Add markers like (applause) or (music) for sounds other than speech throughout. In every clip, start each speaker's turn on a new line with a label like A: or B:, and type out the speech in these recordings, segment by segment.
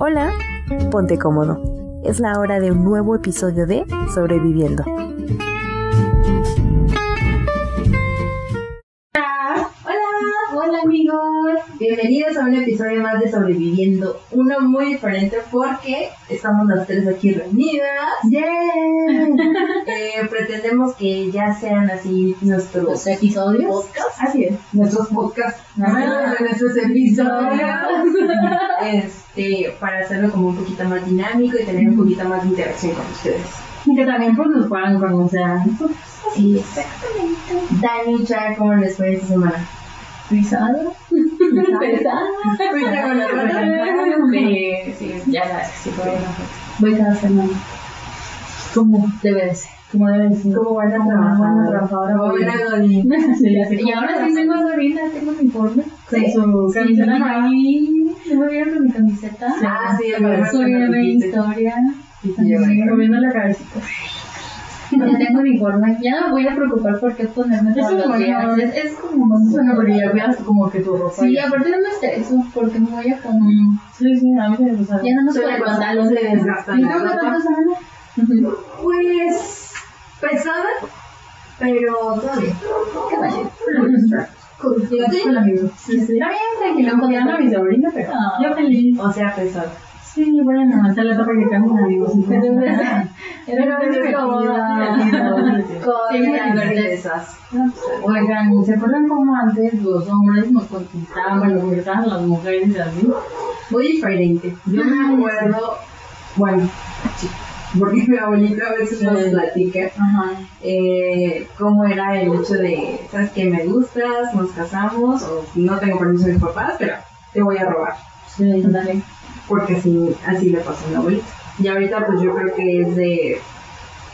A: Hola, ponte cómodo. Es la hora de un nuevo episodio de Sobreviviendo.
B: Hola, hola amigos. Bienvenidos a un episodio más de Sobreviviendo. Uno muy diferente porque estamos las tres aquí reunidas. (laughs) Eh, pretendemos que ya sean así nuestros
C: los episodios.
B: podcasts. Así es.
C: Nuestros podcasts.
B: Ah.
C: De nuestros episodios.
B: (laughs) Este, para hacerlo como un poquito más dinámico y tener un poquito más de interacción con ustedes.
C: Y que también pues, nos puedan conocer a nosotros.
B: Sí, exactamente. Dani, Char, ¿cómo les fue esta semana?
C: Pesado. Pesado.
B: Fuiste con la rata.
D: Sí, sí, ya la sí, bueno.
C: Voy cada semana. Como debe de ser. Como debe de ser.
B: Como buena
C: buena
B: trabajadora.
C: trabajadora.
B: Como buena Godín.
C: (laughs) Sí, ya sé.
D: Y ahora sí tengo sobrina, tengo mi informe.
C: Con
B: Sí.
C: su
D: Sí, sí,
C: camiseta nueva.
D: ahí. ¿Sí me vieron con mi camiseta?
C: Sí.
B: Ah, sí,
D: Subí una historia.
C: Moviendo la (laughs) cabecita.
D: Ya tengo mi informe. Ya no me voy a preocupar por qué ponerme
C: Es
D: todos los
C: un
D: días.
C: honor.
D: Es, es como
C: Es una brilla, veas como que tu ropa.
D: Sí,
C: ya-
D: aparte no me estreso porque me voy a poner.
C: Mm, sí, sí, a mí me gusta.
D: Ya no nos
B: Suele
D: puede
B: pasar,
D: contar los
B: se
D: de.
B: desgastan
D: ¿Y
B: la
D: no me
B: ropa.
D: tantos años?
B: Pues pesada, pero todavía.
C: (laughs)
D: Qué vaya.
C: Con la amigo. Sí, sí.
D: Está bien,
C: Lo
D: tranquilo.
C: contaron a mi sobrina, pero
D: Ah.
C: yo feliz.
B: O sea, pesada.
C: Sí, bueno, hasta la etapa que cambian amigos.
D: (laughs) Era muy divertida. (laughs)
B: Con
D: Sí,
B: las
D: divertido.
B: cervezas.
C: Oigan, ¿se acuerdan cómo antes los hombres nos conquistaban, bueno, conquistaban a las mujeres y así?
B: Muy diferente. Yo me acuerdo, bueno, sí, porque mi abuelito a veces nos
C: Sí.
B: platica
D: Ajá.
B: eh, cómo era el hecho de, sabes que me gustas, nos casamos, o no tengo permiso de mis papás, pero te voy a robar.
C: Sí,
D: Dale.
B: porque así, así le pasó a mi abuelito. Y ahorita pues yo creo que es de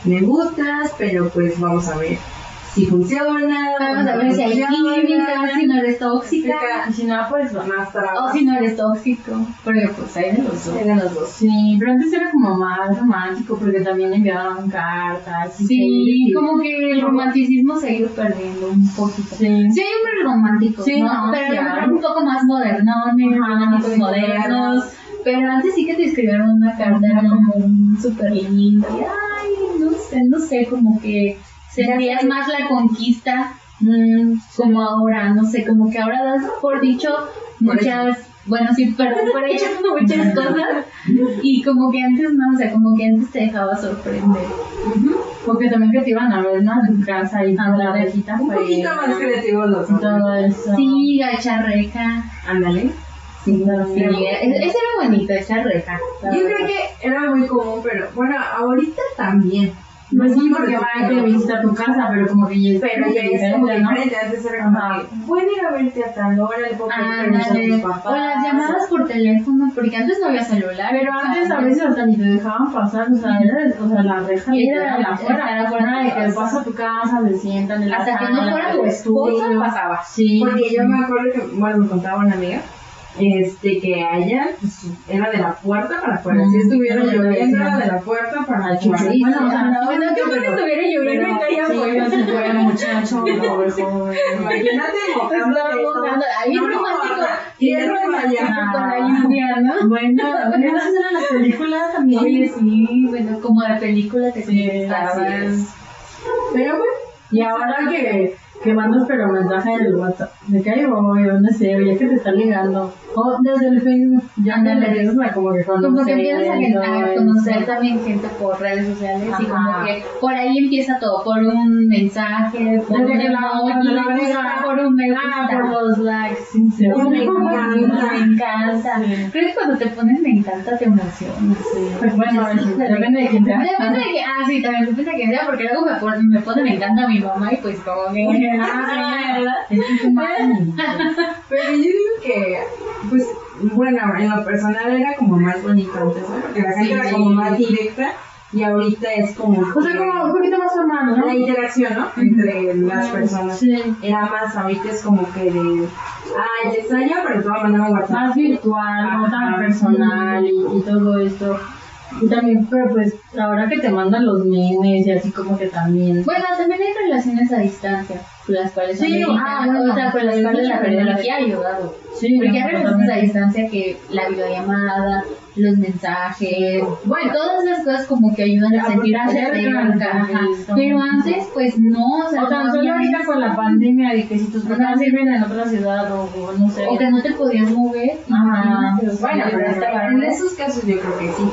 B: me gustas, pero pues vamos a ver si funciona.
D: Vamos a ver si hay química, si no eres tóxica.
B: Tóxica.
C: Y si no, pues va.
B: más
D: O
B: trabas.
D: si no eres tóxico.
C: Porque pues hay de los dos.
B: Eran los dos.
C: Sí, pero antes era como más romántico porque también enviaban cartas. y
D: Sí,
C: felices.
D: como que el romanticismo se ha ido perdiendo un poquito.
C: Sí.
D: Siempre romántico,
C: Sí,
D: ¿no?
C: no,
D: pero
C: claro.
D: a lo mejor un poco más modernones,
C: Ajá,
D: románicos
C: sí,
D: modernos. Pero antes sí que te escribieron una carta, era
C: Ujú.
D: como un súper lindo. Y, ay, no sé, no sé, como que sentías más la conquista mm, como ahora, no sé, como que ahora das por dicho
B: Por
D: muchas, bueno, sí, perdón, por hecho (laughs) muchas cosas. Y como que antes no, o sea, como que antes te dejaba sorprender.
C: Porque también que te iban a ver, ¿no? A tu casa y toda la viejita.
B: Un
C: pues,
B: poquito más creativos los
C: y
B: dos.
C: Todo eso.
D: Sí, gacharreja.
B: Ándale.
C: sí, no, sí.
D: Sí, e- esa era bonita, esa reja.
B: Yo creo que era muy común, pero bueno, ahorita también.
C: No es como que va de visita a tu casa, pero como que ya es
B: Pero ya es como
C: diferente, ¿no?
B: diferente, antes era como
C: Ajá.
B: que voy a ir a verte a tal hora, le puedo pedir permiso a
D: Ándale.
B: tus
D: O
B: papás.
D: las llamadas por teléfono, porque antes no había celular.
C: Pero antes a
D: Ajá.
C: veces hasta ni te dejaban pasar, o sea, era, o sea la reja
D: Era
C: era la
D: estar
C: afuera.
D: afuera
C: Era
D: de
C: de
D: casa.
C: que vas a tu casa, te sientan en la
D: Hasta que no
C: sala,
D: fuera tu
C: el
D: esposa,
C: estudio.
D: pasaba.
C: Sí.
B: Porque yo me acuerdo que, bueno, me contaba una amiga, este, que allá pues, era de la puerta para afuera. Si estuviera
C: Mm,
B: lloviendo,
C: sí.
B: era de la puerta para
C: Ah,
B: afuera.
C: sí.
B: Bueno,
C: o sea,
D: no, no, no, que fuera
B: pero-
D: estuviera lloviendo y caía
C: sí,
D: fuego.
C: no se fue el muchacho, pobre joven.
B: imagínate mojándote
D: Estaba
B: todo.
D: mojando. Ahí es
B: Pues No,
D: romántico.
B: no,
D: Y es
B: no,
D: romántico
B: no,
D: con la lluvia, ¿no?
C: Bueno, esas eran las películas también.
D: Oye, sí, bueno, como la película que
C: Sí,
D: se
B: Así es. Pero bueno,
C: Y ahora que, que mandas pero mensaje del WhatsApp, de que ahí voy, o no sé, o ya que te están ligando, o desde el Facebook, ya te
D: Ándale.
C: empiezas a como que conocer.
D: Como que empiezas a,
C: y todo
D: a
C: eso.
D: conocer también gente por redes sociales y como
C: Ajá.
D: que por ahí empieza todo, por un mensaje, por un
C: Desde que la-
D: emoji,
C: cuando la ves, ah,
D: por un me
C: Ah,
D: gusta.
C: por los likes, sí, sí.
B: Por
D: Me
B: me
D: encanta,
B: encanta.
D: me encanta. Creo que cuando te pones me encanta te emocionas.
C: Pues bueno,
D: Sí,
C: depende de quién te haga.
D: Depende de que, ah, sí, también depende de que sea, porque luego me pone, me pone me encanta mi mamá y pues como que.
C: (laughs) Ah, ¿verdad? Es (laughs) tu mami.
B: pero yo digo que, pues, bueno, en lo personal era como más bonito antes, ¿no? Porque la gente
C: Sí.
B: era como más directa y ahorita es como...
C: O sea,
B: que
C: como un poquito más hermano, ¿no?
B: La interacción, ¿no? Entre las personas.
C: Sí.
B: era más ahorita es como que de ay te extraño pero te voy a mandar un WhatsApp
C: Más virtual, no tan
B: Ajá.
C: personal y, y todo esto. Y también, pero pues, ahora que te mandan los memes y así como que también.
D: Bueno, también hay relaciones a distancia. las cuales
C: Sí, ah, bueno,
D: o sea, con las cuales
C: es
D: la
C: diferente.
D: tecnología ha ayudado.
C: Sí,
D: Porque hay
C: no,
D: relaciones a
C: totalmente.
D: distancia que la videollamada, los mensajes, bueno, todas las cosas como que ayudan a
C: Ah,
D: sentir
C: porque
D: cerca,
C: acercan,
D: ajá.
C: ajá.
D: Pero antes, pues no, o sea,
C: O tan
D: no
C: solo
D: había-
C: ahorita con la pandemia de que si tus papás viven en otra ciudad o, o no sé.
D: o que no te podías mover.
C: Ajá. Pues
D: imagínate, o sea,
B: Bueno, pero
D: hasta para-
B: en esos casos yo creo que sí.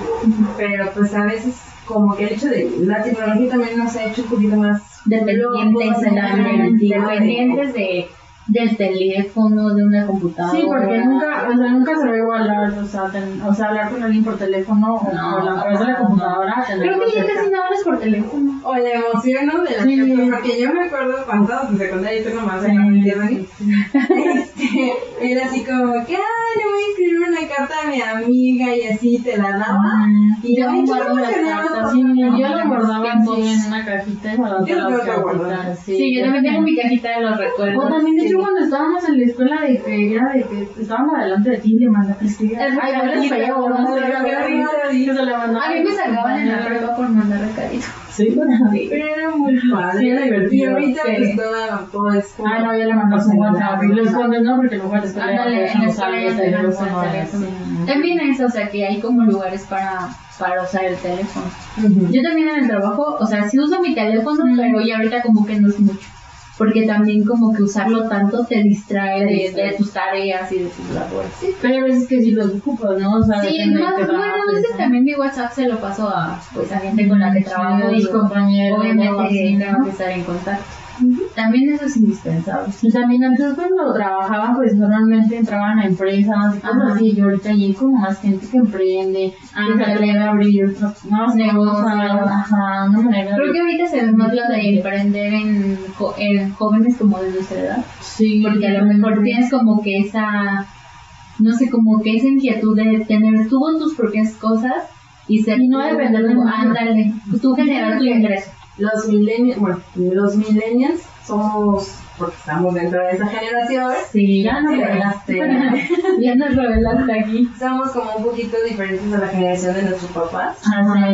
B: Pero pues a veces como que el hecho de la tecnología también nos ha hecho un poquito más
D: dependientes,
B: locos,
D: también,
B: ajá,
D: dependientes de, del teléfono, de una computadora.
C: Sí, porque nunca, o sea, nunca se va a igualar, o sea, ten- o sea, hablar con alguien por teléfono o
D: No,
C: por la, a través de la
D: no.
C: computadora. tenerlo
D: Creo que ya
C: cerca.
D: casi no hablas por teléfono.
B: O la emoción, ¿no? De la
C: Sí.
B: que- porque yo me acuerdo cuando estábamos en secundaria, yo tengo más de
C: Sí,
B: años este, era así como que, ay, le voy a escribir una carta a mi amiga y así te la daba. Y
D: yo
B: yo,
D: aún
B: yo
D: guardo
B: no
D: las
B: funcionaba
D: cartas.
B: con-
C: Sí, yo
D: Los
C: lo guardaba
D: tiempos.
C: así en una cajita y guardaba
B: Yo lo
C: las
B: tengo que guardar.
C: cajitas,
D: Sí, yo también tengo mi cajita de los recuerdos.
C: O también, de hecho,
D: Sí.
C: cuando estábamos en la escuela, de que era de que estaban adelante de ti y le mandaste escribir.
D: Es
C: Ay, no eres
D: recadito,
C: feo, no
D: ¿no?
C: sé,
D: Es
C: qué
B: recadito.
C: horrible. Que se le mandaba.
D: A mí me sacaban en la prueba por mandar recadito.
C: Sí,
B: Pero era muy padre.
C: Sí, era divertido,
B: Y ahorita
D: sí.
B: pues toda, todo es como...
C: Ah, no, ya le
D: Pues
C: mandas un WhatsApp. Y lo escondes, no, porque luego a la escuela ya
D: Ándale,
C: te dejan
D: en la
C: usar
D: escuela ya
C: el
D: te dejan usar
C: teléfono,
D: el teléfono.
C: así.
D: También es, o sea, que hay como lugares para, para usar el teléfono.
B: Ujú.
D: Yo también en el trabajo, o sea, sí uso mi teléfono, pero ya ahorita como que no es mucho. Porque también como que usarlo tanto te distrae de- de, tus tareas y de tus labores. Sí,
C: Pero hay veces que sí los ocupas, ¿no? O sea, depende de
D: más,
C: qué
D: bueno,
C: trabajo
D: a
C: y
D: veces
C: tal.
D: también mi WhatsApp se lo paso a, pues, a gente con la que trabajo.
C: Sí,
D: y
C: mis compañeros, ¿no?
D: obviamente
C: Así,
D: tengo
C: ¿no?
D: que estar en contacto. También eso es indispensable.
C: Y también antes cuando trabajaban, pues normalmente entraban a empresas y cosas
D: Ajá.
C: así. Y ahorita ya hay como más gente que emprende, que se
D: Ándale.
C: atreve a abrir otros nuevos negocios.
D: Negocios.
C: Ajá, una manera.
D: Creo
C: de-
D: que ahorita se ve más lo de emprender en, jo- en jóvenes como de nuestra edad.
C: sí,
D: Porque a lo mejor tienes como que esa, no sé, como que esa inquietud de tener tú tus propias cosas y ser
C: Y no
D: tú,
C: depender de nadie.
D: ándale, tú generar tu ingreso.
B: Los millennials, bueno, los millennials somos, porque estamos dentro de esa generación,
D: Sí,
C: Ya nos revelaste.
D: (laughs) ya nos revelaste aquí.
B: somos como un poquito diferentes a la generación de nuestros papás.
C: Ajá.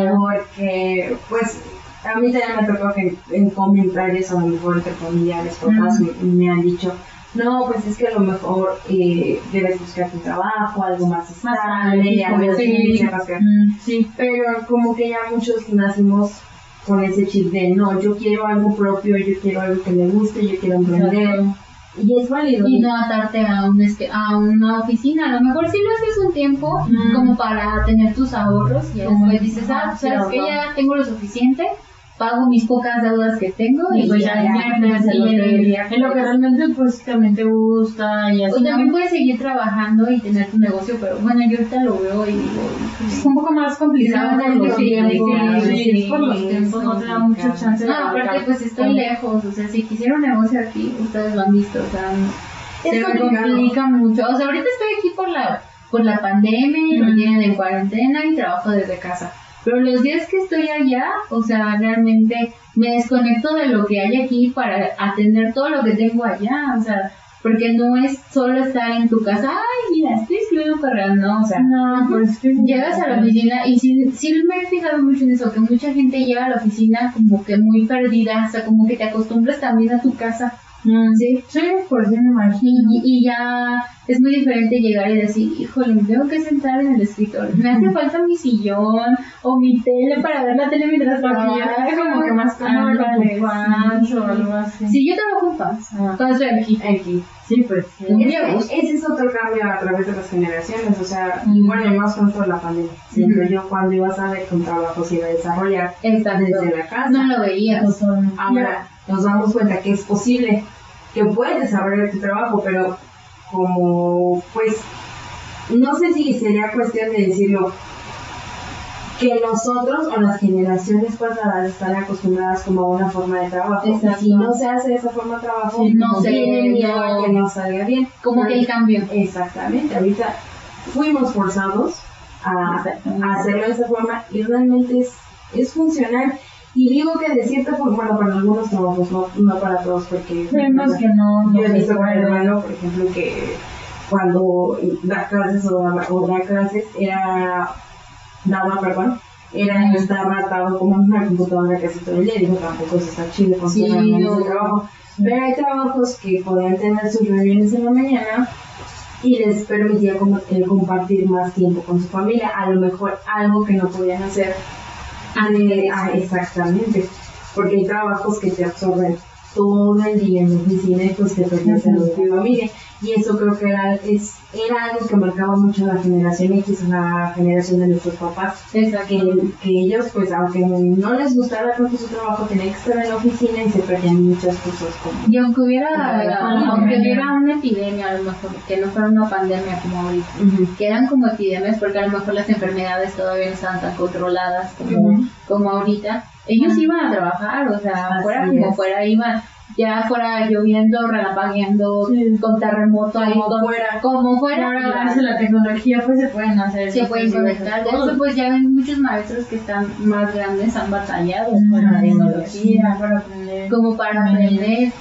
B: Porque, pues, a mí también me tocó que en comentarios, o a lo mejor entre familiares, papás, me, me han dicho, no, pues es que a lo mejor eh, debes buscar tu trabajo, algo más estable,
C: fijo,
B: algo así,
C: sí.
B: sepas que-".
C: Mm, Sí,
B: Pero como que ya muchos nacimos con ese chip de, no, yo quiero algo propio, yo quiero algo que me guste, yo quiero emprender. Y es válido.
D: Y no atarte a, un esque- a una oficina. A lo mejor sí lo haces un tiempo
C: Mm.
D: como para tener tus ahorros y ya
C: Como
D: después dices, ah,
C: ah,
D: sabes
C: sí,
D: que
C: ahorro.
D: ya tengo lo suficiente, pago mis pocas deudas que tengo
C: y
D: y,
C: pues
D: ya,
C: ya inviertes
D: invierto
C: en lo
D: en el-
C: que- en lo que realmente pues también te gusta y
D: O
C: así.
D: también
C: ¿no?
D: puedes seguir trabajando y tener tu negocio, pero bueno, yo ahorita lo veo y digo, "Pues,
C: Es un poco más complicado
D: Sí,
C: por los
D: sí,
C: tiempos.
D: sí,
C: Sí, es por los
B: sí,
C: tiempos, no te da mucho
B: complicado.
C: chance de
D: no, aparte
C: abarcar.
D: pues estoy lejos, o sea, si quisiera un negocio aquí, ustedes lo han visto, o sea, se me
B: complicado.
D: complica mucho. O sea, ahorita estoy aquí por la, por la pandemia y me
C: Ujú.
D: tienen en cuarentena y trabajo desde casa. Pero los días que estoy allá, o sea, realmente me desconecto de lo que hay aquí para atender todo lo que tengo allá, o sea, porque no es solo estar en tu casa, ay, mira, estoy escribiendo un correo, no, o sea,
C: No, pues que-
D: Llegas a la oficina y sí, sí me he fijado mucho en eso, que mucha gente llega a la oficina como que muy perdida, o sea, como que te acostumbras también a tu casa.
C: Mm,
D: Sí.
C: Sí, por si me
D: Y,
C: imagino.
D: y ya es muy diferente llegar y decir, híjole, me tengo que sentar en el escritorio, me hace falta mi sillón o mi tele para ver la tele mientras
C: Porque ya
D: trabajo".
C: es como que más cómodo
D: Ándale,
C: con fans o algo así.
D: sí. Sí, yo trabajo en paz,
C: Ah.
D: cuando estoy aquí.
B: Aquí.
C: Sí, pues sí.
D: Muy
B: Ese-
D: a gusto.
B: Ese es otro cambio a través de las generaciones, o sea,
C: Mm.
B: y bueno, y más con toda la pandemia. Siento
D: Ujú.
B: yo cuando iba a saber que un trabajo se iba a desarrollar
D: Exacto.
B: desde la casa.
D: No lo veías.
C: Totalmente.
B: Ahora nos damos cuenta que es posible, que puedes desarrollar tu trabajo, pero como, pues, no sé si sería cuestión de decirlo, que nosotros o las generaciones pasadas están acostumbradas como a una forma de trabajo. Y
D: Exacto.
B: si no se hace esa forma de trabajo,
D: Sí, no se
B: tienen
D: ve,
B: miedo a
D: no.
B: que no salga bien.
D: Como que el cambio.
B: Exactamente, ahorita fuimos forzados a,
D: Exactamente.
B: a hacerlo de esa forma y realmente es, es funcional. Y digo que de cierta forma, bueno, para algunos trabajos, no, no para todos, porque
C: Vemos que no, no
B: yo he
C: se
B: visto con mi
C: puede.
B: hermano, por ejemplo, que cuando da clases o daba, o da clases, era, daba, perdón, era yo estaba marcado como en una computadora casi todo el día, digo, tampoco eso está chido con
D: Sí, no.
B: el trabajo. Pero hay trabajos que podían tener sus reuniones en la mañana y les permitía como el compartir más tiempo con su familia, a lo mejor algo que no podían hacer eh, ah, exactamente, porque hay trabajos que te absorben todo el día en la oficina y pues te pertenecen a tu familia. Y eso creo que era, es, era algo que marcaba mucho la generación X, la generación de nuestros papás
D: Exacto.
B: que, que ellos, pues aunque no les gustara tanto su trabajo, tenían que estar en la oficina y se perdían muchas cosas como...
D: Y aunque hubiera,
C: Claro.
D: aunque hubiera una epidemia, a lo mejor, que no fuera una pandemia como ahorita, que eran como epidemias porque a lo mejor las enfermedades todavía no estaban tan controladas como,
B: Ujú.
D: como ahorita, ellos iban a trabajar, o sea,
B: Así
D: fuera como
B: es.
D: fuera, iban, ya fuera lloviendo, relampagueando,
C: Sí.
D: con terremoto, ahí,
B: Como
D: con-
B: fuera.
D: como fuera,
C: Ahora,
D: iban.
C: gracias a la tecnología, pues se pueden hacer.
D: se pueden conectar. De hecho, pues ya ven muchos maestros que están más grandes han batallado con la
C: Para
D: tecnología,
C: tecnología, para aprender.
D: como para
C: Ujú.
D: aprender.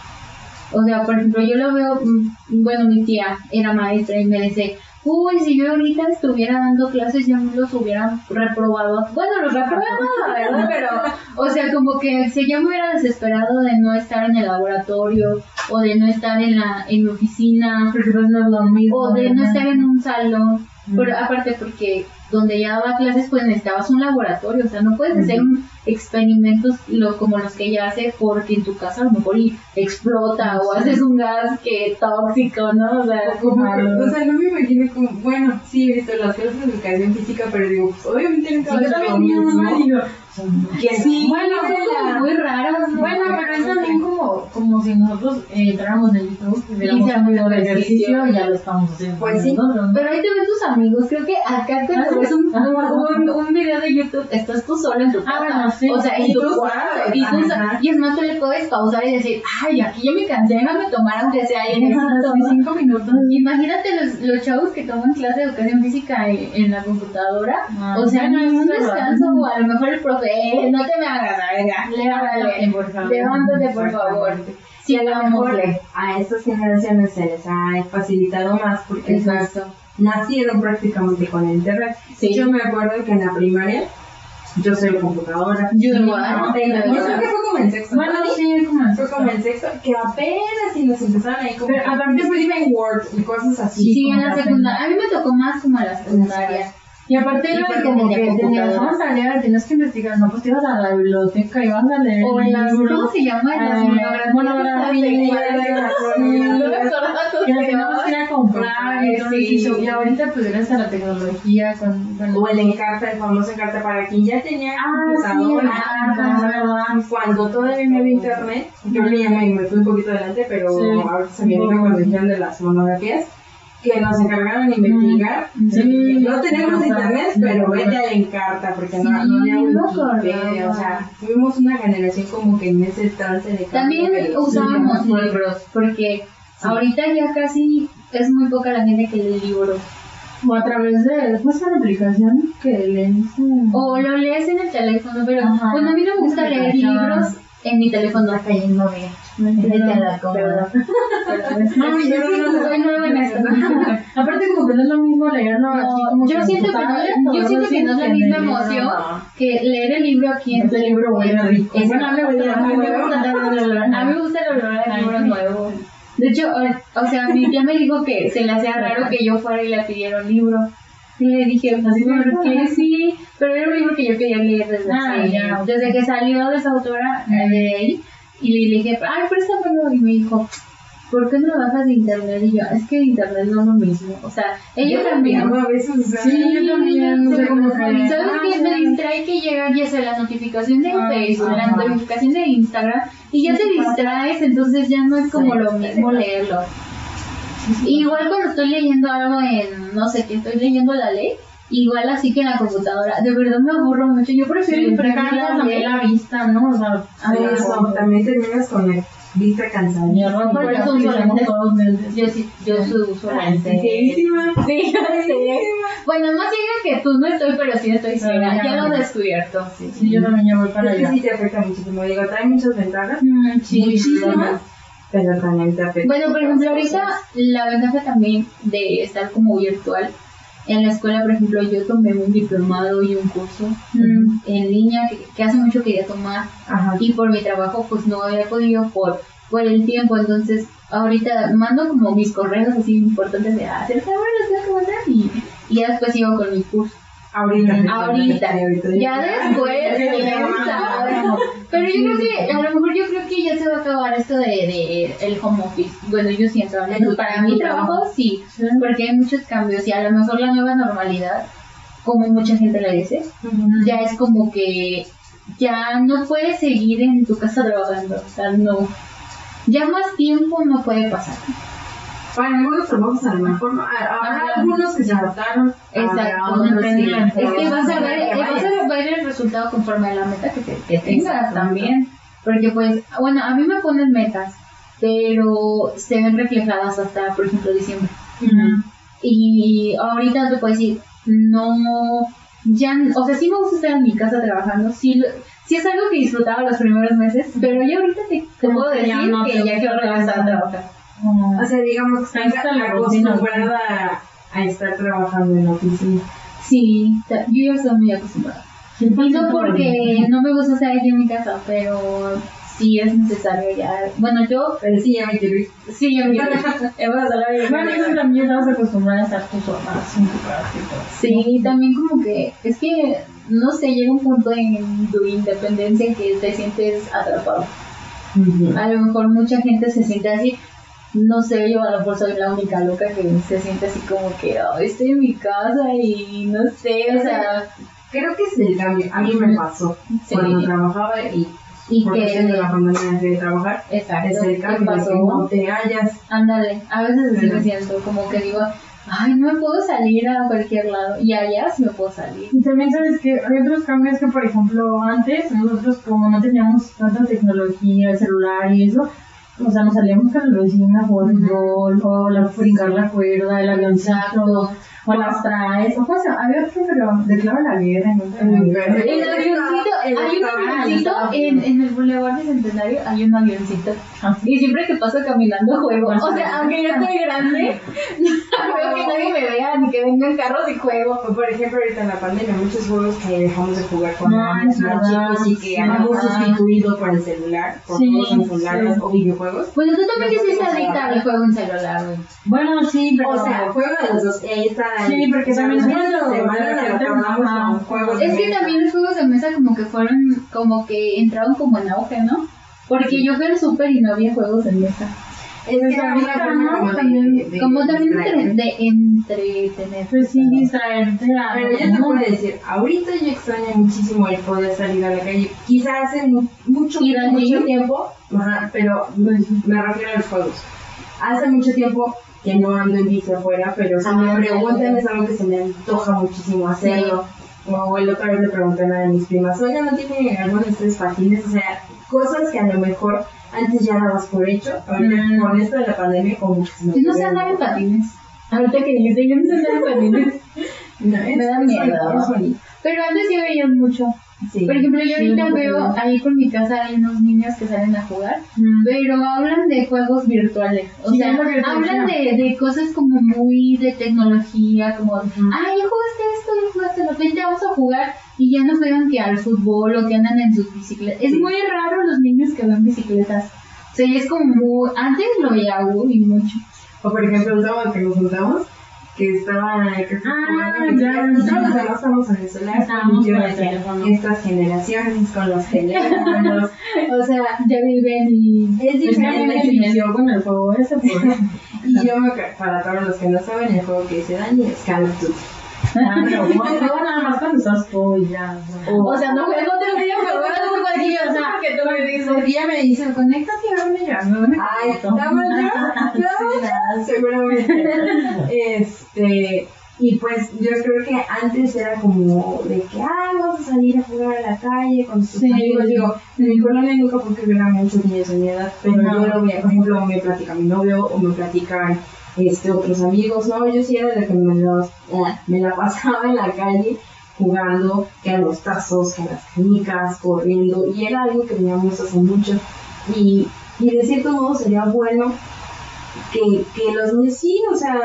D: O sea, por ejemplo, yo lo veo, mm, bueno, mi tía era maestra y me dice, uy, si yo ahorita estuviera dando clases, ya me los hubiera reprobado. Bueno, los reprobé, no, ¿verdad? Pero, o sea, como que si yo me hubiera desesperado de no estar en el laboratorio o de no estar en la, en mi oficina
C: Porque pues no es lo mismo.
D: o de no
C: ¿verdad?
D: estar en un salón, pero aparte porque donde ya daba clases pues necesitabas un laboratorio, o sea, no puedes hacer un- experimentos lo- como los que ella hace porque en tu casa a lo mejor y explota o haces un gas que tóxico, ¿no? O sea,
B: Como-
C: Claro.
B: O sea, no me imagino como, bueno, sí, he visto las clases de educación física, pero digo, pues obviamente nunca va a
C: Yo
B: ser
C: también
B: lo mismo.
C: tenía mamá, (laughs) digo,
B: Que-
C: Sí,
B: bueno,
C: pero-
B: sí, la-
D: muy raras, ¿no?
C: Bueno, pero es también como, como si nosotros eh, entráramos en YouTube y viéramos
D: Y
C: un video de
D: ejercicio.
C: ejercicio y ya lo estamos haciendo.
B: Pues sí,
C: nosotros, ¿no?
D: Pero ahí te ven tus amigos, creo que acá
C: Ah,
D: cuando ves un, un, un video de YouTube, estás tú solo en tu casa,
C: Ah, bueno, sí.
D: o sea, en
C: Y
D: tu
C: tú
D: cuarto,
B: sabes,
D: y, tú
B: ajá.
D: sa- y es más, tú le puedes pausar y decir, ay, aquí ya me cansé, déjame tomar aunque sea ahí en ese
C: Ajá,
D: momento,
C: sí,
D: ¿no?
C: cinco minutos.
D: Imagínate los, los chavos que toman clase de educación física en, en la computadora,
C: Ah,
D: o sea,
C: bueno,
D: no hay un
C: eso es
D: descanso,
C: verdad.
D: o a lo mejor el profe, "Eh, no te me hagas, venga, levántate,
C: Levántate, por favor.
D: levántate, por favor.
B: Y a lo mejor
D: hagámosle.
B: a estas generaciones se les ha facilitado más porque pues,
D: Exacto.
B: nacieron prácticamente con el internet.
D: Sí.
B: Yo me acuerdo que en la primaria yo soy computadora. Ah,
D: Yo
B: No, yo creo que fue como en sexto.
C: Bueno,
B: ¿no?
C: sí, como
B: Fue como en sexto, que apenas si nos empezaron ahí como.
C: Pero aparte-
B: después iba en Word y cosas así.
D: Sí,
C: como
D: en la
C: que
D: secundaria. A mí me tocó más como en la secundaria.
C: Y aparte
D: Y
C: era
D: fue
C: como
D: como de
C: que tenías,
D: computadora.
C: vamos a leer, tenías que investigar, no, pues te ibas a la biblioteca y vas a leer.
D: O en las,
C: libros.
D: ¿cómo se llama? En
C: Ah,
D: las monografías.
C: monografías,
D: No me acordaba
C: Que las teníamos que ir a comprar y
D: Ay,
C: todo
D: sí.
C: eso. Y ahorita pues gracias a la tecnología con... con-
B: O el encarta, el famoso encarta para quien ya tenía computadora.
C: Ah, ¿verdad?
B: Cuando todavía no había internet, yo le llamé y me fui un poquito adelante, pero
C: Sí.
B: ahorita se me vino cuando dijeron de las monografías, que nos encargaron de investigar.
C: Sí.
B: No tenemos internet, pero vete a la encarta, porque no,
D: Sí,
B: no había
D: me
B: Wikipedia,
D: acordaba.
B: o sea, fuimos una generación como que en ese trance de cambio
D: También
B: de los
D: usábamos
B: libros.
D: libros, porque ahorita ya casi es muy poca la gente que lee libros.
C: O a través de pues, una aplicación que le dicen.
D: O lo lees en el teléfono, pero
C: Ajá.
D: bueno, a mí no me gusta leer
C: Ajá.
D: libros en mi teléfono.
A: cayendo bien.
C: No entiendo.
D: (laughs)
A: cómoda.
C: No, yo
D: Yo
C: no,
D: soy nueva en esto.
C: (laughs) Aparte como que no es lo mismo leerlo así
D: No,
C: como
D: yo
C: que
D: siento que no,
C: computadora,
D: yo siento que no es la
C: en el
D: misma
C: libro.
D: emoción que leer el libro aquí en
C: Este libro huele rico.
D: Es-
C: Bueno, a mí me gusta, a mí me gusta.
D: A mí me gusta el olor al
C: Ay,
D: libro
C: sí.
D: nuevo. De hecho, o, o sea, mi tía me dijo que se le hacía raro que yo fuera y le pidiera un libro. Y le dije, pues, ¿por qué sí? Pero era un libro que yo quería leer desde,
C: Ah,
D: hace-
C: ya.
D: desde que salió de esa autora eh, de él. Y le dije, ay, préstamelo. Y me dijo, ¿por qué no lo bajas de internet? Y yo, es que internet no es lo mismo. O sea, ella
B: Yo
D: también.
B: también, a veces, o sea,
C: Sí, yo también, no sé cómo fue.
D: ¿Sabes
C: Ah,
D: qué?
C: sí.
D: Me distrae que llega ya sea la notificación de
C: Ah,
D: Facebook, la
C: ajá.
D: notificación de Instagram, y ya te distraes, entonces ya no es como
C: Sí,
D: lo
C: sí,
D: mismo
C: sí.
D: leerlo. Igual cuando estoy leyendo algo en, no sé, que estoy leyendo la ley, igual así que en la computadora. De verdad me aburro mucho, yo prefiero
C: Sí,
D: imprimir
C: precargas
D: la
C: también
D: ley.
C: la vista, ¿no? O sea,
B: Sí, eso, también terminas con la vista cansada.
C: mi error,
D: Por
C: porque
D: eso
C: aquí
D: uso
C: somos
D: lentes.
C: todos lentes.
D: Yo sí, yo sí uso la lente.
B: Feísima.
D: Sí, ya sé. Bueno, más ciega que tú no estoy, pero sí estoy
C: Pero
D: ciega.
C: ya
D: Ya lo
C: no.
D: he descubierto.
C: Sí, yo también ya voy para
B: Es que
C: allá.
B: sí te afecta muchísimo. Digo, trae muchas ventajas,
D: Mm, sí.
B: muchísimas, pero también te afecta.
D: Bueno, por ejemplo, ahorita la ventaja también de estar como virtual En la escuela, por ejemplo, yo tomé un diplomado y un curso
C: Mm.
D: en línea que, que hace mucho quería tomar
B: Ajá.
D: y por mi trabajo pues no había podido por, por el tiempo. Entonces ahorita mando como mis correos así importantes de hacer favor, los tengo que mandar y, y ya después sigo con mi curso.
B: Ahorita.
D: Ahorita, ya después,
C: Ya
D: quién
C: después.
D: sabe. Pero yo creo que, a lo mejor yo creo que ya se va a acabar esto de, de el home office. Bueno, yo siento, al menos para mi trabajo sí, porque hay muchos cambios y a lo mejor la nueva normalidad, como mucha gente la dice, ya es como que ya no puedes seguir en tu casa trabajando, o sea, no. Ya más tiempo no puede pasar.
B: Para algunos trabajos a lo mejor no. Ah, Habrá
D: Ajá.
B: algunos que se adaptaron.
D: Ah,
B: habrá
D: Exacto,
B: otros que-
D: depende. Es que vas a ver,
B: que
D: eh, vas
B: vayan.
D: a ver el resultado conforme a la meta que, te, que tengas
B: Exacto.
D: también. Porque pues, bueno, a mí me ponen metas, pero se ven reflejadas hasta, por ejemplo, diciembre. Y ahorita te puedo decir, no, ya, n- o sea, sí me gusta estar en mi casa trabajando, sí, lo- sí es algo que disfrutaba los primeros meses, pero ya ahorita te, te
C: Como
D: puedo
C: que
D: decir
C: ya no
D: que
C: te
D: ya quiero
C: gusta
D: regresar a
C: tanto.
D: trabajar.
B: O sea, digamos que
C: Ahí está
B: está
C: la rutina.
B: acostumbrada a- a estar trabajando en la oficina.
D: Sí, ta- yo ya estoy muy acostumbrada.
C: Sí,
D: Y
C: pues,
D: no
C: sí,
D: porque no me gusta estar aquí en mi casa, pero sí es necesario ya. Bueno, yo
B: Pero sí, ya me quiero ir. (laughs)
D: sí, yo quiero. He pasado bien.
C: Bueno, eso también estabas acostumbrada a estar tú sola, sin tu padre y todo.
D: Sí, también como que es que no sé, llega un punto en tu independencia que te sientes atrapado. A lo mejor mucha gente se siente así. No sé, yo a lo mejor soy la única loca que se siente así como que "Ay, estoy en mi casa y no sé, o sea,
B: Creo que es el cambio. A mí me pasó
D: Sí.
B: cuando trabajaba y,
D: y
B: por cuestión de la
D: que.
B: pandemia dejé de trabajar. Es
D: Exacto,
B: el
D: ¿qué
B: cambio de que no te hallas.
D: Ándale, a veces así me
B: Ujú.
D: siento, como que digo, ay, no me puedo salir a cualquier lado, y allá sí me puedo salir.
C: Y también sabes que hay otros cambios que, por ejemplo, antes nosotros como no teníamos tanta tecnología, el celular y eso, o sea, nos salíamos con la vecina a jugar fútbol, o la, brincar la cuerda, el avioncito, o las traes, o sea, había otro, pero declara la guerra, ¿no?
B: Pero-
D: El avioncito,
B: El
D: hay un
B: estaba-
D: avioncito
C: estaba
D: en, en el Boulevard Bicentenario, hay un avioncito.
C: Así.
D: Y siempre que paso caminando juego. O sea, aunque yo estoy (laughs) grande, veo que nadie me vea ni que vengan carros y juego.
B: O, Por ejemplo, ahorita en la pandemia, muchos juegos que dejamos de jugar cuando
C: No,
B: éramos
C: es
B: más
C: verdad,
B: chicos y que
C: sí.
B: habíamos
D: Ajá.
B: sustituido por el celular, por
C: Sí,
B: juegos en celulares
C: sí.
B: o videojuegos.
D: Bueno, tú también que sí adicta al juego en celular, güey.
C: Bueno, sí, pero...
B: O sea, juego de los dos. Ahí está.
C: Sí, porque también
B: es
C: es bueno,
B: bueno.
C: de
B: Semana
C: repente, ajá.
B: con juegos.
D: Es
B: de
D: que
B: mesa.
D: también los juegos de mesa como que fueron, como que entraron como en auge, ¿no? Porque yo fui al súper y no había juegos de mesa.
B: Es que era una
C: Ahorita,
B: forma
C: ¿no?
B: como de-
C: También-
B: de-
D: Como también
B: de-
D: entre- de entretener.
C: pues sí, distraerte a...
B: Pero yo te puedo decir, ahorita yo extraño muchísimo el poder salir a la calle. Quizás hace mu- mucho,
D: Ir al
B: mucho
D: gym.
B: tiempo, ajá, pero
C: Pues sí.
B: me refiero a los juegos. Hace mucho tiempo que no ando en bici afuera, pero si
D: Ah,
B: me
D: ok.
B: preguntan es algo que se me antoja muchísimo hacerlo. O el otra vez le pregunté a una de mis primas, oiga, ¿no tiene algunos de tres patines? O sea, cosas que a lo mejor antes ya dabas por hecho, ahorita
D: Mm.
B: con esto de la pandemia como que se me
D: Yo pues, no
B: ocurrieron.
D: sé andar en patines. Ahorita que dijiste, yo no sé andar
B: (laughs)
D: en patines.
B: No, es-
D: Me da
B: es
D: miedo.
B: bonito, es bonito.
D: Pero antes sí veía mucho.
B: Sí.
D: Por ejemplo, yo ahorita
C: Sí,
D: veo
C: sí.
D: ahí por mi casa hay unos niños que salen a jugar,
C: Mm.
D: pero hablan de juegos virtuales. O
C: Sí,
D: sea,
C: es lo que yo
D: hablan de,
C: decía.
D: de cosas como muy de tecnología, como, ay, este, ya jugaste esto, ya jugaste lo, vente, vamos a jugar. Y ya no juegan que al fútbol o que andan en sus bicicletas. Es
B: Sí.
D: muy raro los niños que ven bicicletas. O sea, y es como muy... Antes lo veía y mucho.
B: O por ejemplo, el sábado que nos juntamos, que estaba creo que
C: Ah,
B: jugando en
C: ya,
B: clase, y
C: ya.
B: todos los demás estábamos en el celular.
C: Estábamos
B: y yo
C: con el
B: decía,
C: teléfono.
B: Estas generaciones con los teléfonos. o sea,
D: Ya viven y...
B: es
C: Es que a mí me
B: diferente.
C: inició con el juego ese,
B: (laughs)
C: pues.
B: Y yo, me acuerdo, para todos los que no saben, el juego que dice Dani es Call of Duty.
C: Ah, pero bueno, luego nada más cuando estás tú y ya.
D: O sea, no juego otro día, pero juego algo así, o sea, que tú me dices.
C: día me dicen, conéctate a verme ya, me voy
B: Ay, ¿estamos
C: (laughs)
B: yo? ¿Estamos yo? Seguramente. Este, y pues yo creo que antes era como de que, ah, vamos a salir a jugar a la calle con sus
C: Sí.
B: amigos. Digo, en mi colonia nunca porque hubiera muchos niños de mi edad, pero
C: Ajá.
B: yo lo veía, por ejemplo, me platica mi novio o me platican este, otros amigos, ¿no? Yo sí era de la que me, los- eh, me la pasaba en la calle jugando, que a los tazos, que a las canicas, corriendo, y era algo que teníamos hace mucho. Y, y de cierto modo sería bueno que, que los niños sí, o sea,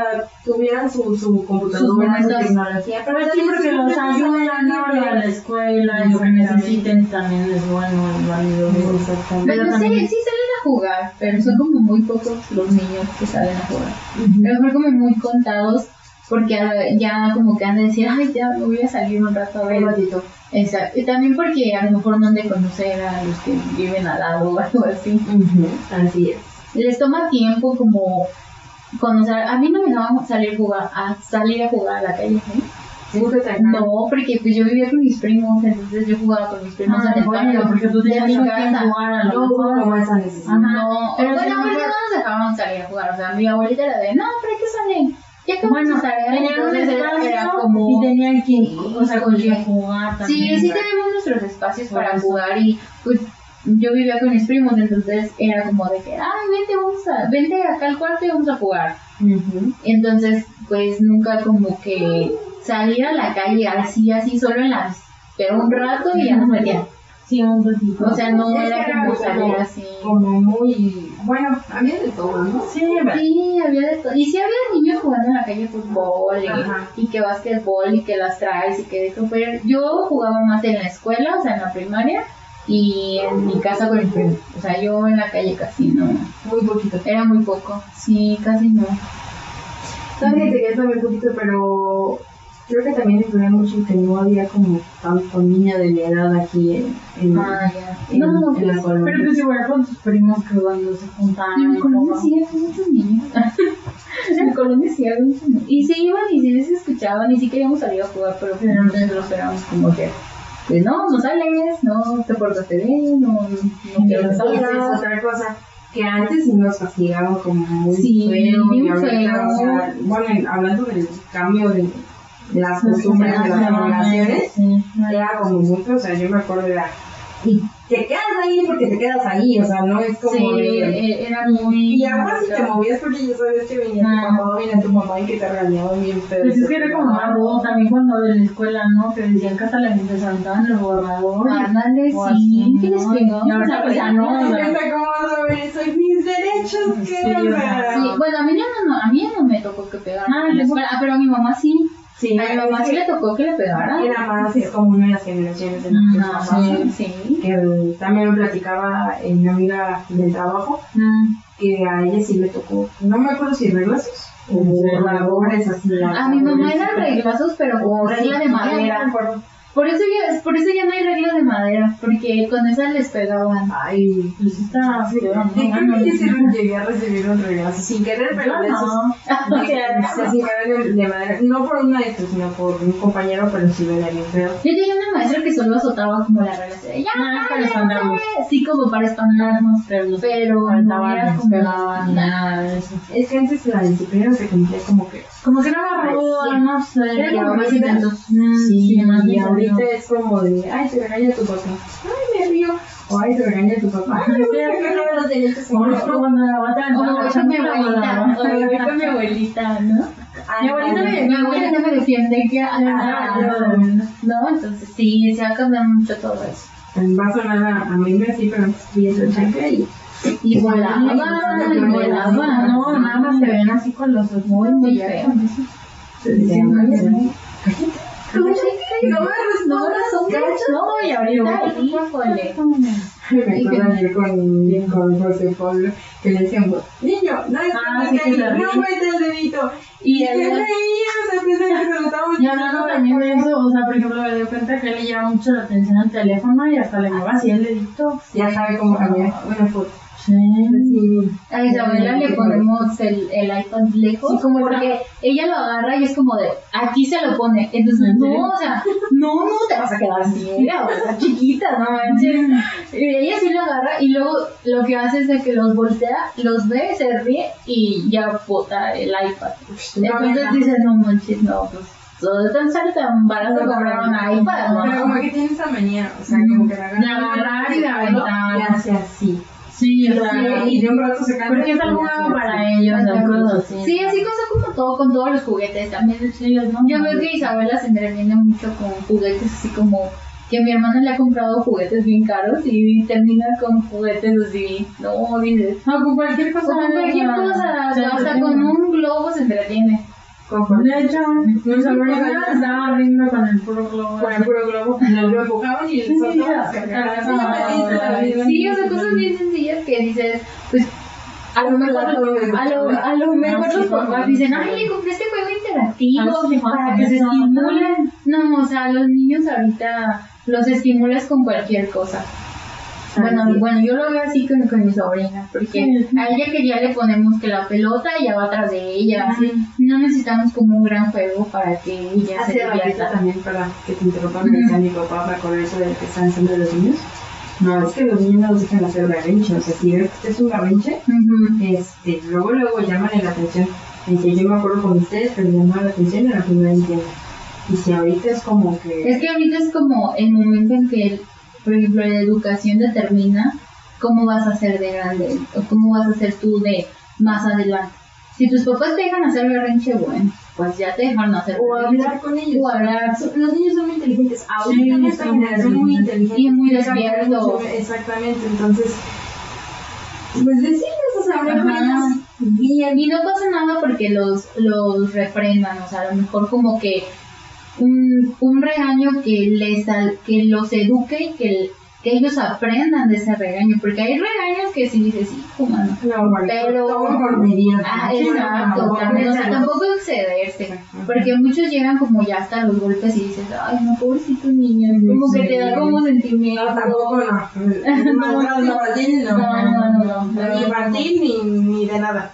B: tuvieran su, su computadora, su
D: momentos.
B: tecnología, pero
C: Pero sí,
B: también
C: porque
B: sus
C: los
B: momentos
C: ayudan ¿no?
B: libres.
C: a la escuela y lo que
B: Exactamente.
C: necesiten también es bueno, es válido.
B: Exactamente.
D: Pero sí, sí salen
C: también-
D: a jugar, pero son como muy pocos los niños que salen a jugar. A lo mejor como muy contados, porque a- ya como que han de decir, ay, ya me voy a salir un rato a ver.
B: Un ratito.
D: Exacto. Y también porque a lo mejor no han de conocer a los que viven al lado o (laughs) algo así.
B: Así es.
D: Les toma tiempo como conocer. A mí no me dejaban salir, jugar, a salir a jugar a la calle. ¿no?
B: Nunca te
D: No, porque pues yo vivía con mis primos, entonces yo jugaba con mis primos
C: Ah,
D: en el
C: bueno,
D: parque
C: porque
D: de
C: tú tenías
D: mi
C: que
D: casa.
C: jugar a
B: No
C: lo
B: hubo
C: mejor.
B: como esa necesidad.
C: Ajá.
D: No,
C: Pero
D: bueno,
C: sí,
D: ahorita
C: mejor-
D: no nos dejaban salir a jugar. O sea, mi abuelita era de, no, pero hay que salir. Ya acabamos
C: Bueno,
D: sus tareas",
C: tenían un
D: entonces era-
C: espacio
D: era como-
C: y tenían que, o sea, con quien
D: Sí.
C: jugar
D: Sí,
C: también.
D: sí tenemos nuestros espacios
C: Por
D: para
C: eso.
D: jugar y pues yo vivía con mis primos, entonces era como de que, ay, vente, vamos a, vente acá al cuarto y vamos a jugar.
B: Ujú.
D: Entonces, pues nunca como que salir a la calle así, así, solo en la... Pero un rato y ya nos metían.
C: Sí, un ratito.
D: O sea, no
B: Es que
D: era
B: era
D: como
B: como-
D: salir así.
B: Como muy. Bueno, había de todo, ¿no?
C: sí, va.
D: Sí, había de todo. Y sí había niños jugando en la calle fútbol y,
B: Ajá.
D: y que básquetbol y que las traes y que esto, pero yo jugaba más en la escuela, o sea, en la primaria y en mi casa con el primo. O sea, yo en la calle casi no.
B: Muy poquito.
D: Era muy poco. Sí, casi no.
B: También te quería saber un poquito, pero creo que también influía mucho que no había como tanto niña de mi edad aquí en, en,
D: Ah, ya.
B: en-
D: No,
B: en la
C: Pero
B: colonia.
C: pues igual con tus primos que cuando se juntaban.
D: en Colombia
C: jugaban.
D: sí había muchos niños. (laughs) en Colombia sí había muchos niños. Y se iban y sí se escuchaban y sí queríamos salir a jugar, pero pues, nosotros los éramos como que, pues no, no sales, no te portaste bien, no, no
B: Y
D: te
B: esa es
D: sales.
B: otra cosa que antes sí nos castigaban como muy
D: Sí,
B: feo y
D: bien
B: ahorita, o
D: feo.
B: sea, bueno, en- hablando del cambio de, de las costumbres de las
C: Ah,
B: poblaciones,
C: sí.
B: era como muy feo, o sea, yo me acuerdo era y te quedas ahí porque te quedas ahí, o sea, no es como
D: Sí,
B: de-
D: eh, era muy.
B: Y además si te movías porque ya sabías que venía
C: Ah.
B: tu papá o venía tu mamá y que te regañaban bien feo.
C: Pues es que era como más bobo también cuando en la escuela, ¿no? Que decían que hasta la gente se aventaban el borrador.
D: Pues, Ah, Ándale,
C: O
D: sí.
C: así,
D: ¿Qué les
C: pues, ¿no?
D: pegó?
C: Y ahorita pues ya no, o sea,
B: Neta, ¿Cómo vas a ver eso? Mis derechos, ¿qué?
C: Sí,
B: O sea,
D: Sí, bueno, a mí no, no, a mí no me tocó que pegaran
C: Ah,
D: en la
C: no.
D: escuela, ah, pero a mi mamá sí.
B: sí,
D: A mi mamá sí le tocó que le pegaran.
B: Era más, es común en las generaciones de
C: Mm,
B: nuestros papás.
D: Sí, sí.
B: Que eh, también me platicaba eh, mi amiga del trabajo
C: Mm.
B: que a ella sí le tocó, no me acuerdo si reglazos o
C: Sí.
B: borradores así.
D: A mi mamá eran reglazos, pero con regla de madera. Por eso ya, por eso ya no hay regla de madera, porque con esa les pegaban.
B: Ay,
C: Pues está
B: Sí,
C: feo, ¿no?
B: sí, creo
C: Bueno,
B: que yo sí llegué a recibir un reglazo sin querer, pero
C: yo
B: de esos
C: no.
B: O sea, sí, pero de, de madera. No por un maestro, sino por un compañero, pero sí venía bien feo.
D: Yo tenía una maestra que solo azotaba como la regla. así de, Ya,
C: Ah, para
D: ya,
C: espantarlos.
D: ya". Sí, como para espantarnos.
C: Pero los
D: Pero no
C: faltaban,
D: era
C: los
D: como
C: pegaban.
D: nada de eso.
B: Es que antes la disciplina se cumplía como que.
C: Como que no era
B: Ay,
C: rudo,
B: sí.
C: no sé.
D: Era
C: y
D: como
C: ahorita-
D: más intentos.
C: Mm, Sí, más
B: y
C: bien.
B: ahorita es como de, ay, te regaña tu papá. Ay, me río. O ay, te regaña tu papá. Ay, me regaña los derechos
C: O es como
B: humanos.
C: cuando la bata
D: O me voy con mi
C: la
D: abuelita,
C: bata-
D: o me voy con mi abuelita, ¿no?
B: Ay,
D: Mi abuelita me, mi abuela ya me defiende que...
C: Ah,
D: ah, No, entonces sí, se ha cambiado mucho todo eso.
B: Va a sonar a, a mí me sí, pero sí es el chancla y.
D: Y
C: Ah,
D: volaba,
C: no,
D: y volaba,
C: no, nada más se ven así con los ojos
D: Muy, muy feo.
B: se decía,
C: Sí,
B: "Ay,
C: sí.
B: ay,
D: No me respondas, no, y ahorita, híjole.
B: Me acuerdo ayer con, con José Pablo que le decíamos, niño, no es
C: Ah, sí, que se
B: no
C: ríe.
B: metes el dedito.
D: Y
B: Y se
D: el-
B: reía, o sea, pensé que se lo estábamos
C: Y hablando también de eso, o sea, por ejemplo, me doy cuenta que él le llama mucho la atención al teléfono y hasta le mueve así el dedito.
B: Ya sabe cómo cambiar. Bueno, pues
C: Sí.
B: sí.
D: A Isabela le ponemos el, el iPad lejos
C: Sí, como
D: porque ella lo agarra y es como de aquí se lo pone. Entonces, no, o sea, no, no te vas a quedar ciega, (laughs) o sea, chiquita, no manches. Y ella sí lo agarra y luego lo que hace es de que los voltea, los ve, se ríe y ya bota el iPad. Entonces dice, no manches, no, pues todo tan sale tan barato comprar un iPad,
B: Pero como
D: ¿no?
B: que tiene esa manía, o sea, como que la agarra.
C: De agarrar y de aventar.
B: Y hace así.
C: Sí, o sea,
B: Y de un rato se cambia.
C: porque es algo
B: y hace
C: nuevo
B: así.
C: para ellos, de acuerdo, sí.
D: Sí, así cosa como todo, con todos los juguetes también.
C: Sí, ¿no?
D: Yo veo que Isabela se entretiene mucho con juguetes así como que mi hermana le ha comprado juguetes bien caros y termina con juguetes así, no, dices,
C: No, con cualquier cosa.
D: con cualquier
C: o sea,
D: cosa,
C: Pues, ah, se
D: hasta
C: entretiene.
D: con un globo se entretiene.
B: Conforme.
C: De hecho, pues, mi sobrina estaba riendo con el puro globo.
B: Con el puro globo, lo empujaban y el
C: Sí,
B: sol
C: ya. Ah,
B: se
D: Sí, o sea, cosas bien sencillas que dices, pues, a lo mejor, a lo, a lo mejor los papás dicen, ay, le compré este juego Ah, interactivo para que se estimulen. pues, No, o sea, los niños ahorita los estimulas con cualquier cosa. Bueno, bueno, yo lo veo así con, con mi sobrina, porque a ella que ya le ponemos que la pelota ya va atrás de ella, así. No necesitamos como un gran juego para que ella se
B: Hace ratito
D: divierta.
B: también para que te interrumpa me decía mi papá para correr eso de que están haciendo los niños. No, es que los niños no los dejan hacer berrinche, o sea, si ven que usted es un berrinche,
D: Ujú.
B: este, luego luego llaman la atención. Dice, yo me acuerdo con ustedes, pero llamaban la atención en la primera entiendo. Y si ahorita es como que
D: Es que ahorita es como el momento en que, por ejemplo, la educación determina cómo vas a ser de grande o cómo vas a ser tú de más adelante. Si tus papás te dejan hacer berrinche, bueno, pues ya te dejaron hacer
B: o
D: berrinche.
B: hablar con ellos.
D: O hablar.
B: Los niños son muy inteligentes, ahorita
C: Sí,
B: en esta
C: son muy
B: generación muy inteligentes.
C: inteligentes.
D: Y muy
B: Les encanta
D: despiertos.
B: mucho, Exactamente, entonces, pues decirles, o sea, hablar con
D: Ajá.
B: ellos bien.
D: Y no pasa nada porque los, los refrendan, o sea, a lo mejor como que un, un regaño que les al- que los eduque y que, que ellos aprendan de ese regaño, porque hay regaños que sí dices, hijo, mano.
B: No,
D: Pero-
B: todo por medida.
D: Ah,
B: Sí,
D: exacto,
B: no,
D: también, o sea,
B: no,
D: tampoco excederse, porque muchos llegan como ya hasta los golpes y dices, ay, no, pobrecito niño, como que te da como sentimiento.
B: No, tampoco
D: ah,
B: no. Maltrato infantil no.
D: No, no, no, no.
B: Ni infantil ni, ni de
D: (laughs)
B: nada.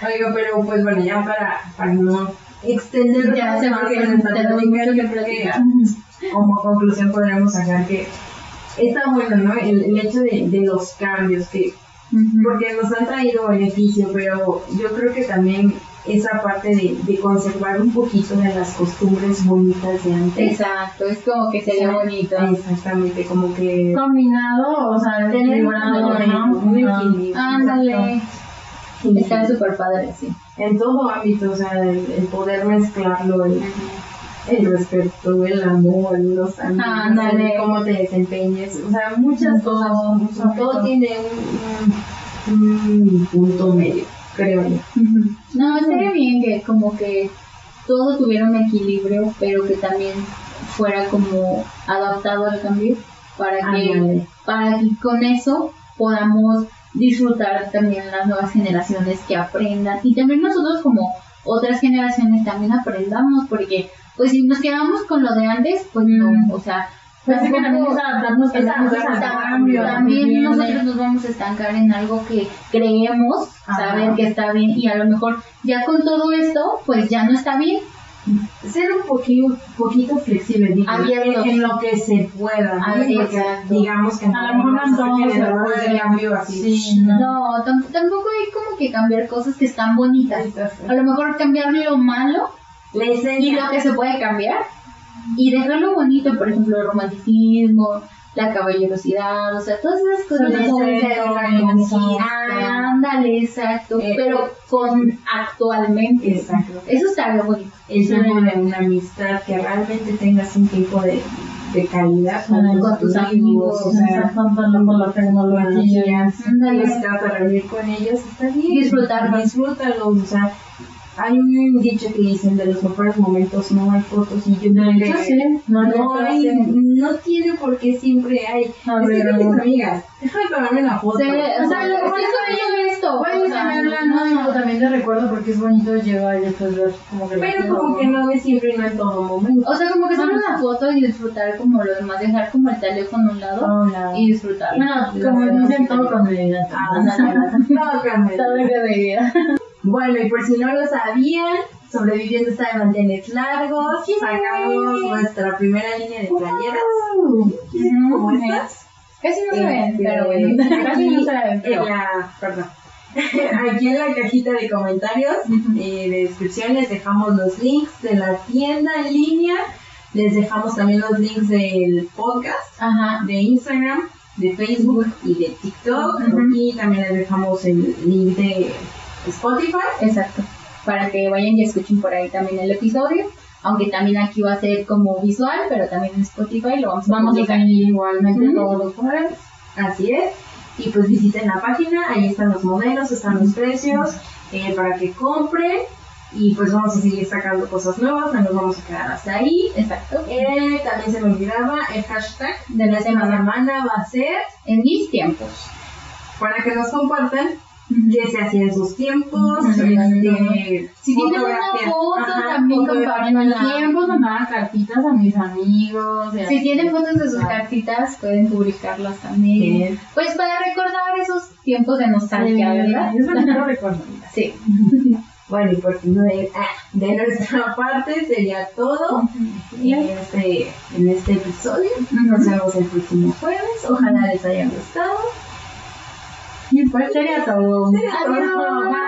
B: Oiga, pero pues bueno, ya para, para no extender
D: Ya,
B: más
D: se
B: más
D: porque
B: en esta plática,
D: tenemos mucho que
B: yo creo que
D: platicar.
B: como conclusión podremos sacar que está bueno, ¿no? El, el hecho de, de los cambios que,
D: Ujú.
B: porque nos han traído beneficio, pero yo creo que también esa parte de, de conservar un poquito de las costumbres bonitas de antes.
D: Exacto, es como que sería bonito.
B: Exactamente, como que
C: Combinado, o sea,
B: Tener
C: equilibrado,
B: un
C: ¿no?
B: equilibrio,
C: Ah.
B: un equilibrio.
D: Ándale,
B: Sí.
D: está súper padre, sí.
B: En todo ámbito, o sea, el, el poder mezclarlo, el, el respeto, el amor, los amigos,
D: Ándale.
B: el cómo te desempeñes, o sea, muchas cosas, o sea, todo tiene un, un- un punto medio, creo yo.
D: Ujú. No, estaría bien que como que todo tuviera un equilibrio, pero que también fuera como adaptado al cambio para que,
B: Ándale.
D: para que con eso podamos disfrutar también las nuevas generaciones que aprendan y también nosotros como otras generaciones también aprendamos porque pues si nos quedamos con lo de antes pues
C: Mm.
D: no, o sea,
C: Pues sí que tenemos que
D: tampoco-
C: adaptarnos
D: Exacto,
C: también al
D: exacto.
C: cambio.
D: También
C: ¿entiendes?
D: nosotros nos vamos a estancar en algo que creemos
B: Ajá.
D: saber que está bien y a lo mejor ya con todo esto pues ya no está bien.
B: Ser un poquito, poquito flexible, digo,
D: Abiertos.
B: en, en lo que se pueda, ¿no?
D: Ah,
B: Porque
D: exacto.
B: digamos que
C: A lo mejor
B: no
C: no
B: se genera
C: todos se
B: el cambio así.
C: Sí, no.
D: No, tam- tampoco hay como que cambiar cosas que están bonitas. A
B: La
D: lo mejor cambiar lo malo y
B: esencia.
D: lo que se puede cambiar y dejarlo bonito, por ejemplo, el romanticismo, la caballerosidad, o sea, todas esas cosas.
B: La esencia de una conquista.
D: Ándale, exacto,
B: Eh,
D: pero con actualmente.
B: Exacto.
D: Eso está bien bonito.
B: es tiempo de una amistad, que realmente tengas un tiempo de, de calidad
C: Con
D: tus amigos,
B: o
C: Está
B: sea,
C: tanto con la tecnología.
B: tecnologías,
D: Ándale.
B: amistad para reunir con ellos, está bien.
D: Disfrutarlos.
B: Disfrútalos, o sea, hay un dicho que dicen de los mejores momentos no hay fotos y yo creo
C: De
B: que
C: hecho, sí, no le
B: no, hay-
C: hacen.
B: no tiene por qué siempre hay.
C: A
B: Estoy
C: ver,
B: con mis amigas, déjame tomarme una foto.
D: Se- o sea, lo
C: Bueno,
D: que es esto.
C: Bueno,
D: o
C: y
D: sea,
C: también hablando digo, también de recuerdo porque es bonito llevar y después ver como que...
B: Pero como que no de siempre y no en todo momento.
D: O sea, como que solo una foto y disfrutar como lo demás, dejar como el teléfono a un lado
C: A un lado.
D: y disfrutar.
C: Bueno, como dicen, todo con medida.
B: Ah, no, Carmen.
C: con medida.
B: Bueno, y por si no lo sabían, sobreviviendo está de manteles largos. Sacamos nuestra primera línea de playeras.
D: (laughs)
B: ¿Cómo estás?
D: Casi no se ven,
B: Este,
D: pero
B: (laughs)
D: bueno.
B: aquí
D: Casi no se ven,
B: en
D: pero-
B: la, perdón. (laughs) Aquí en la cajita de comentarios y de descripciones dejamos los links de la tienda en línea. Les dejamos también los links del podcast,
D: Ajá.
B: de Instagram, de Facebook y de TikTok.
D: Ujú.
B: Y también les dejamos el link de Spotify.
D: Exacto. Para que vayan y escuchen por ahí también el episodio. aunque también aquí va a ser como visual, pero también en Spotify lo vamos a
C: Vamos a
D: publicar.
C: salir igualmente
B: Ujú.
C: todos los jueves.
B: Así es. Y pues visiten la página, ahí están los modelos, están los precios eh, para que compren. Y pues vamos a seguir sacando cosas nuevas, no nos vamos a quedar hasta ahí.
D: Exacto.
B: Eh, también se me olvidaba el hashtag
D: De
B: de
D: la
B: la
D: semana.
B: semana va a ser
D: En mis tiempos.
B: para que nos compartan qué se hacía en sus tiempos.
C: Ujú.
B: este,
D: Si tienen una
B: fotografías.
D: foto,
B: Ajá,
D: también compartan
B: fotografía.
C: Tiempo mandaba cartitas a mis amigos. y
D: Si
C: así.
D: tienen fotos de sus
C: Claro.
D: cartitas, pueden publicarlas también.
B: Eh,
D: Pues para recordar esos tiempos de nostalgia,
C: Sí,
D: ¿verdad?
C: Eso no lo (laughs) recuerdo.
D: Sí.
B: Bueno, y por no de, ah, de nuestra (laughs) parte sería todo en este, en este episodio. Nos vemos el próximo jueves. Ojalá les haya gustado.
C: Y pues sería todo.
B: Sería todo.
D: Adiós.